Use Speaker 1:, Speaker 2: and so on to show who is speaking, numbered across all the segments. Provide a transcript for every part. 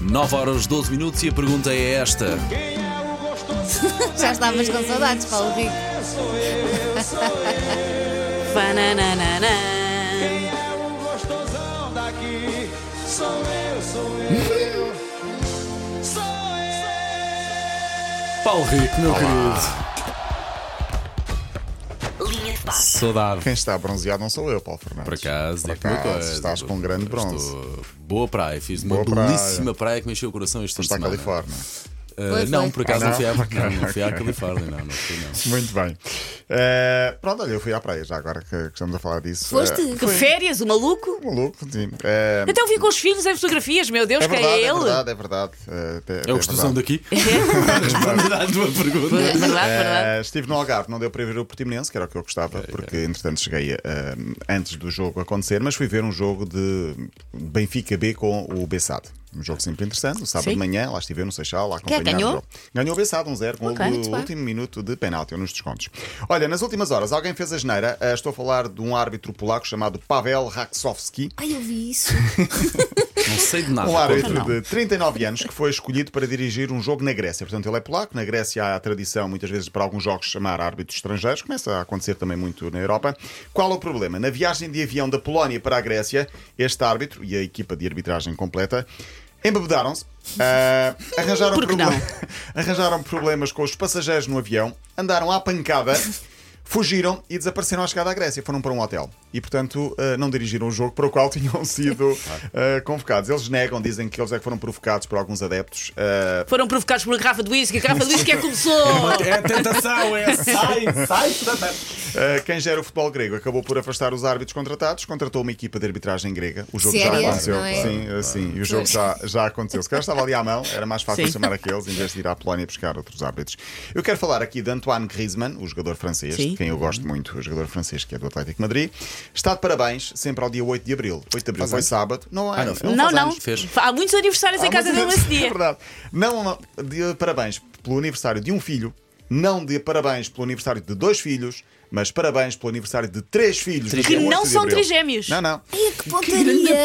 Speaker 1: 9 horas 12 minutos e a pergunta é esta.
Speaker 2: Já estavas com saudades, Paulo Rico.
Speaker 3: É.
Speaker 4: Bananana.
Speaker 1: Paulo Rico, meu querido.
Speaker 4: Linha de passe.
Speaker 1: Saudade.
Speaker 3: Quem está bronzeado não sou eu, Paulo Fernandes.
Speaker 1: Por acaso,
Speaker 3: Por
Speaker 1: digo-te uma
Speaker 3: acaso,
Speaker 1: coisa.
Speaker 3: estás com um grande bronze.
Speaker 1: Estou- Boa praia, fiz uma
Speaker 3: Boa praia.
Speaker 1: belíssima praia. que me encheu o coração este fim de
Speaker 3: Está a
Speaker 1: semana.
Speaker 3: Califórnia.
Speaker 1: Ah,
Speaker 2: Foi,
Speaker 1: não,
Speaker 2: foi.
Speaker 1: por acaso
Speaker 3: Ah,
Speaker 1: não, fui à,
Speaker 3: não? Ok,
Speaker 1: não, não fui à
Speaker 3: ok. É
Speaker 1: Califórnia, não, não fui não. É
Speaker 3: Muito bem. Eh, pronto, olha, eu fui à praia já agora que, que estamos a falar disso.
Speaker 2: Foste?
Speaker 3: Eh,
Speaker 4: Que férias, o maluco?
Speaker 3: maluco, sim. Eh,
Speaker 4: Até eu vi com os filhos em fotografias, meu Deus,
Speaker 3: é
Speaker 4: quem
Speaker 3: verdade,
Speaker 4: Então, é
Speaker 3: é
Speaker 4: ele?
Speaker 3: verdade, é verdade. Eh, até-
Speaker 1: É
Speaker 3: até é
Speaker 1: o gostosão
Speaker 3: verdade.
Speaker 1: daqui.
Speaker 4: É
Speaker 1: Responsabilidade de uma
Speaker 4: verdade,
Speaker 1: pergunta.
Speaker 4: verdade.
Speaker 3: Eh, estive no Algarve, não deu para ver o Portimonense, que era o que eu gostava, porque entretanto cheguei eh, antes do jogo acontecer, mas fui ver um jogo de Benfica B com o Bessade. Um jogo sempre interessante, no sábado
Speaker 4: Sim.
Speaker 3: de manhã, lá estive eu no Seixal, lá
Speaker 2: Quem é que
Speaker 3: acompanhar o
Speaker 2: ganhou?
Speaker 3: jogo. Ganhou o Bessade 1-0, com
Speaker 2: Ok,
Speaker 3: o
Speaker 2: muito
Speaker 3: do
Speaker 2: bem.
Speaker 3: último minuto de penalti, ou nos descontos. Olha, nas últimas horas, alguém fez a geneira. Eh, estou a falar de um árbitro polaco chamado Pavel Raksowski.
Speaker 2: Ai, eu vi isso.
Speaker 1: Não sei de nada.
Speaker 3: Um árbitro
Speaker 2: não.
Speaker 3: de 39 anos que foi escolhido para dirigir um jogo na Grécia. Portanto, ele é polaco. Na Grécia há a tradição, muitas vezes, para alguns jogos, chamar árbitros estrangeiros. Começa a acontecer também muito na Europa. Qual é o problema? Na viagem de avião da Polónia para a Grécia, este árbitro e a equipa de arbitragem completa embebedaram-se. ah, arranjaram,
Speaker 4: Por que
Speaker 3: proble-
Speaker 4: não?
Speaker 3: arranjaram problemas com os passageiros no avião, andaram à pancada. Fugiram e desapareceram à chegada à Grécia, foram para um hotel e, portanto, ah, não dirigiram o jogo para o qual tinham sido ah, convocados. Eles negam, dizem que eles é que foram provocados por alguns adeptos. ah,
Speaker 4: Foram provocados por uma garrafa de whisky, a garrafa de whisky é que começou!
Speaker 1: É a tentação, é sai, sai.
Speaker 3: Uh, quem gera o futebol grego acabou por afastar os árbitros contratados, contratou uma equipa de arbitragem grega. O jogo
Speaker 2: Sério?
Speaker 3: já aconteceu.
Speaker 2: Não é?
Speaker 3: Sim, uh, sim. E o jogo
Speaker 2: Pois.
Speaker 3: já, já aconteceu. Se calhar estava ali à mão, era mais fácil
Speaker 4: Sim.
Speaker 3: chamar aqueles em vez de ir à Polónia buscar outros árbitros. Eu quero falar aqui de Antoine Griezmann, o jogador francês,
Speaker 4: Sim.
Speaker 3: de quem eu gosto muito, o jogador francês que é do Atlético de Madrid. Está de parabéns sempre ao dia 8 de abril. 8 de abril foi sábado. Não é?
Speaker 1: Ah, não, foi
Speaker 4: Não,
Speaker 1: faz
Speaker 4: não.
Speaker 1: anos que fez.
Speaker 4: Há muitos aniversários em
Speaker 3: Há
Speaker 4: casa
Speaker 3: muitos
Speaker 4: dele
Speaker 3: anos,
Speaker 4: nesse
Speaker 3: É
Speaker 4: dia.
Speaker 3: verdade. Não, não, de parabéns pelo aniversário de um filho, não de parabéns pelo aniversário de dois filhos, mas parabéns pelo aniversário de três filhos.
Speaker 1: Três
Speaker 3: no dia
Speaker 4: Que não
Speaker 3: 8 de
Speaker 4: são
Speaker 3: abril.
Speaker 4: trigêmeos.
Speaker 3: Não, não.
Speaker 2: Ai, é que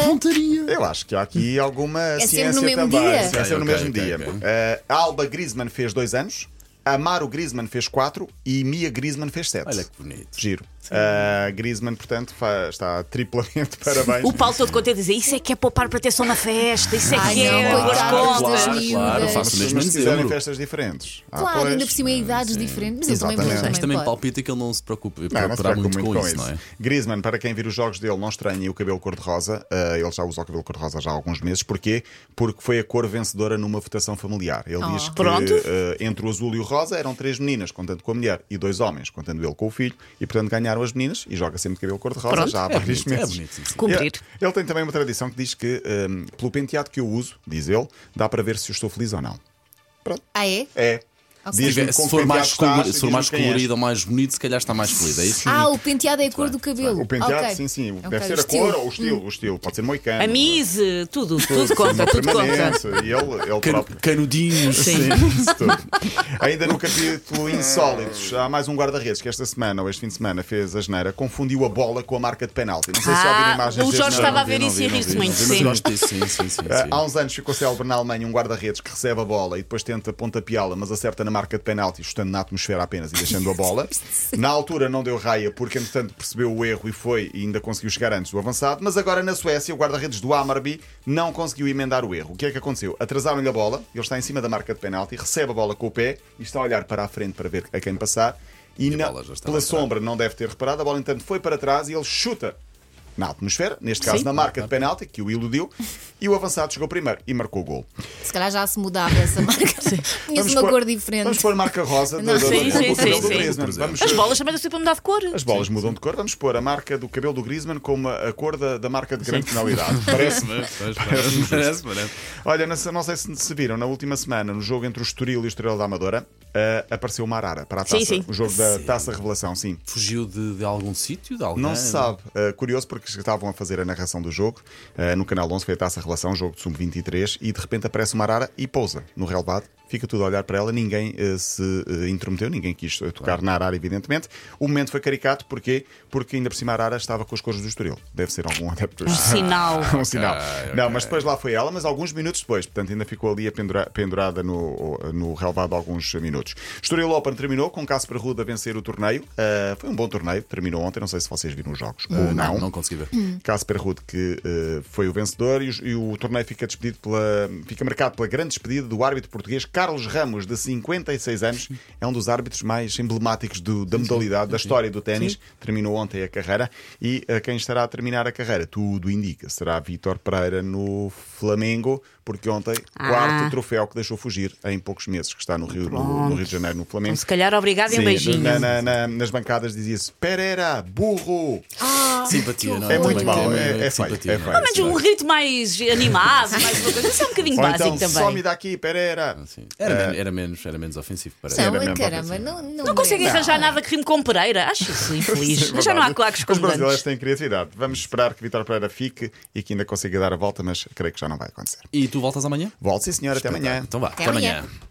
Speaker 2: pontaria.
Speaker 3: Eu acho que há aqui alguma
Speaker 2: sempre
Speaker 3: ciência
Speaker 2: no mesmo
Speaker 3: também.
Speaker 2: dia?
Speaker 3: É sempre
Speaker 1: Ok, Hum.
Speaker 3: no
Speaker 1: ok,
Speaker 3: mesmo
Speaker 1: ok,
Speaker 3: dia.
Speaker 1: ok.
Speaker 3: Eh, Alba Griezmann fez dois anos, Amaro Griezmann fez quatro e Mia Griezmann fez sete.
Speaker 1: Olha que bonito.
Speaker 3: Giro. Eh, Griezmann, portanto, fa- está triplamente de parabéns.
Speaker 4: O Paulo todo contente dizia: Isso é que é poupar para ter som na festa, isso é
Speaker 2: Ai,
Speaker 4: que é
Speaker 2: não,
Speaker 4: pôr as
Speaker 2: coitado,
Speaker 1: claro, claro,
Speaker 4: contas.
Speaker 1: claro,
Speaker 2: miúdas.
Speaker 1: faço
Speaker 3: Mas
Speaker 1: mesmo em
Speaker 3: se fizerem
Speaker 1: dezembro.
Speaker 3: festas diferentes. Ah,
Speaker 2: Claro,
Speaker 3: pois.
Speaker 2: ainda por cima é idades diferentes, mas ele também pode.
Speaker 3: Exatamente.
Speaker 1: Mas também
Speaker 2: pode.
Speaker 1: palpita que ele não se preocupa,
Speaker 3: Não, não se
Speaker 1: preocupará
Speaker 3: preocupe
Speaker 1: muito com, isso, não é?
Speaker 3: Griezmann, para quem vira os jogos dele, não estranhe o cabelo cor-de-rosa. Ah, ele já usa o cabelo cor-de-rosa já há alguns meses. Porquê? Porque foi a cor vencedora numa votação familiar. Ele diz que
Speaker 4: Oh. Pronto.
Speaker 3: ah, entre o azul e o rosa eram três meninas, contando com a mulher, e dois homens, contando ele com o filho. E, portanto, ganharam as meninas e joga sempre de cabelo cor-de-rosa
Speaker 4: Pronto. Um
Speaker 3: já há
Speaker 1: É
Speaker 3: vários
Speaker 1: bonito, é
Speaker 3: meses.
Speaker 1: bonito. sim, sim.
Speaker 4: Cumprir.
Speaker 3: Ele, ele tem também uma tradição que diz que, ah, pelo penteado que eu uso, diz ele, dá para ver se eu estou feliz ou não. Pronto.
Speaker 2: Ah, é?
Speaker 3: É.
Speaker 1: Se
Speaker 3: Diz-me
Speaker 1: tiver-
Speaker 3: com
Speaker 1: Se
Speaker 3: que
Speaker 1: for
Speaker 3: penteado
Speaker 1: mais,
Speaker 3: estás
Speaker 1: colori-
Speaker 3: e
Speaker 1: se for
Speaker 3: diz-me
Speaker 1: mais
Speaker 3: quem és.
Speaker 1: colorido ou mais bonito, se calhar está mais feliz, é isso?
Speaker 2: Ah, o penteado é a cor do cabelo.
Speaker 3: O penteado,
Speaker 2: Ok. É um
Speaker 3: sim, sim.
Speaker 2: Ok,
Speaker 3: Deve ser
Speaker 2: o
Speaker 3: a cor
Speaker 2: estilo.
Speaker 3: ou o estilo. O estilo. Pode ser moicano.
Speaker 4: A mise, tudo, tudo conta,
Speaker 3: É. Uma
Speaker 4: tudo conta.
Speaker 3: permanente. E ele, ele
Speaker 1: Can-
Speaker 3: próprio.
Speaker 1: Canudinhos.
Speaker 4: Sim.
Speaker 3: Isso tudo. Ainda no capítulo Insólitos, há mais um guarda-redes que esta semana ou este fim de semana fez a geneira, confundiu a bola com a marca de penalti. Não sei se
Speaker 4: Ah,
Speaker 3: ouviram imagens
Speaker 4: o
Speaker 3: deste-
Speaker 4: Jorge
Speaker 3: Não,
Speaker 4: estava
Speaker 3: não
Speaker 4: a ver
Speaker 3: vi, não
Speaker 4: isso
Speaker 3: vi,
Speaker 4: e
Speaker 3: não
Speaker 4: rir-se
Speaker 3: vi.
Speaker 4: muito,
Speaker 1: Mas eu
Speaker 4: sim.
Speaker 1: gosto disso, sim, sim, sim, sim.
Speaker 3: Ah, Há uns anos ficou célebre na Alemanha um guarda-redes que recebe a bola e depois tenta pontapeá-la, mas acerta na marca de penalti, estando na atmosfera apenas e deixando a bola. Na altura não deu raia porque, entretanto, percebeu o erro e foi e ainda conseguiu chegar antes do avançado. Mas agora na Suécia, o guarda-redes do Amarby não conseguiu emendar o erro. O que é que aconteceu? Atrasaram-lhe a bola, ele está em cima da marca de penalti, recebe a bola com o pé e está a olhar para a frente para ver a quem passar. E,
Speaker 1: E a
Speaker 3: na-
Speaker 1: bola já estava
Speaker 3: pela
Speaker 1: atrás.
Speaker 3: sombra não deve ter reparado, a bola, entanto, foi para trás e ele chuta na atmosfera, neste caso
Speaker 4: Sim.
Speaker 3: na marca de penalti, que o iludiu, e o avançado chegou primeiro e marcou o gol.
Speaker 2: Se calhar já se mudava essa marca. Conheço uma
Speaker 3: pôr-
Speaker 2: cor diferente.
Speaker 3: Vamos pôr a marca rosa do,
Speaker 2: Não,
Speaker 3: do, do,
Speaker 4: sim,
Speaker 3: do
Speaker 4: sim,
Speaker 3: cabelo
Speaker 4: sim,
Speaker 3: do
Speaker 4: sim.
Speaker 3: Griezmann.
Speaker 1: Por exemplo.
Speaker 3: Vamos,
Speaker 4: As bolas também estão sempre a mudar de cor.
Speaker 3: as bolas mudam de cor, vamos pôr a marca do cabelo do Griezmann como a a cor da, da marca de grande finalidade. Parece-me.
Speaker 1: Parece, parece, parece.
Speaker 3: Olha, não sei- não sei se se viram, na última semana, no jogo entre o Estoril e o Estoril da Amadora, ah, apareceu uma arara para a
Speaker 4: Sim,
Speaker 3: taça,
Speaker 4: sim.
Speaker 3: o jogo da Taça Revelação, sim.
Speaker 1: Fugiu de, de algum sítio? De alguém?
Speaker 3: Não se sabe. Uh, curioso porque estavam a fazer a narração do jogo Eh, uh, no canal 11, foi a taça relação, jogo de sub-23, e de repente aparece uma arara e pousa no relevado. fica tudo a olhar para ela, ninguém eh, se eh, intrometeu, ninguém quis eh, tocar na Arara, evidentemente. O momento foi caricato, porquê? Porque ainda por cima a Arara estava com as cores do Estoril. Deve ser algum adepto.
Speaker 4: Um sinal.
Speaker 3: um sinal.
Speaker 1: Ah,
Speaker 3: Não, mas depois lá foi ela, mas alguns minutos depois. Portanto, ainda ficou ali a pendura- pendurada no, no relevado alguns minutos. Estoril Open terminou com Casper Ruda a vencer o torneio. Ah, foi um bom torneio, terminou ontem. Não sei se vocês viram os jogos. Ah,
Speaker 1: Não, não consegui ver.
Speaker 4: Hum.
Speaker 3: Casper Ruud que eh, foi o vencedor e, os- e o torneio fica despedido pela fica marcado pela grande despedida do árbitro português Carlos Ramos de 56 anos é um dos árbitros mais emblemáticos do- da modalidade da história do ténis terminou ontem a carreira e eh, quem estará a terminar a carreira tudo indica será Vítor Pereira no Flamengo porque ontem
Speaker 4: Ah.
Speaker 3: quarto troféu que deixou fugir em poucos meses que está no Rio no, no Rio de Janeiro no Flamengo
Speaker 4: Então, se calhar, obrigado e um beijinho.
Speaker 3: na- na- na- nas bancadas dizia-se Pereira burro
Speaker 1: Simpatia, não
Speaker 3: é muito
Speaker 1: Também
Speaker 3: mau,
Speaker 1: tem
Speaker 3: é- é
Speaker 1: muito
Speaker 3: feio,
Speaker 1: simpatia,
Speaker 3: é
Speaker 1: não
Speaker 3: feio.
Speaker 4: Mas um rito mais animado, mais uma coisa. Isso é um bocadinho
Speaker 3: Ou
Speaker 4: básico
Speaker 3: então,
Speaker 4: também.
Speaker 3: só me daqui, Pereira.
Speaker 1: Sim. Era,
Speaker 3: É.
Speaker 1: men- era, menos, era menos ofensivo, parece.
Speaker 3: Sim.
Speaker 2: Não,
Speaker 3: É,
Speaker 2: é
Speaker 3: mesmo,
Speaker 2: caramba,
Speaker 1: pode ser.
Speaker 2: não, não,
Speaker 4: Não conseguem
Speaker 2: lembro.
Speaker 4: arranjar nada que rime com Pereira. Acho isso infeliz.
Speaker 3: É
Speaker 4: Mas já não há
Speaker 3: verdade.
Speaker 4: claques
Speaker 3: Os
Speaker 4: como
Speaker 3: brasileiros
Speaker 4: antes.
Speaker 3: têm criatividade. Vamos esperar que Vitor Pereira fique e que ainda consiga dar a volta, mas creio que já não vai acontecer.
Speaker 1: E tu voltas amanhã?
Speaker 3: Volto, sim, senhor. Até amanhã.
Speaker 1: Então vá,
Speaker 2: Até
Speaker 1: até amanhã.
Speaker 2: amanhã.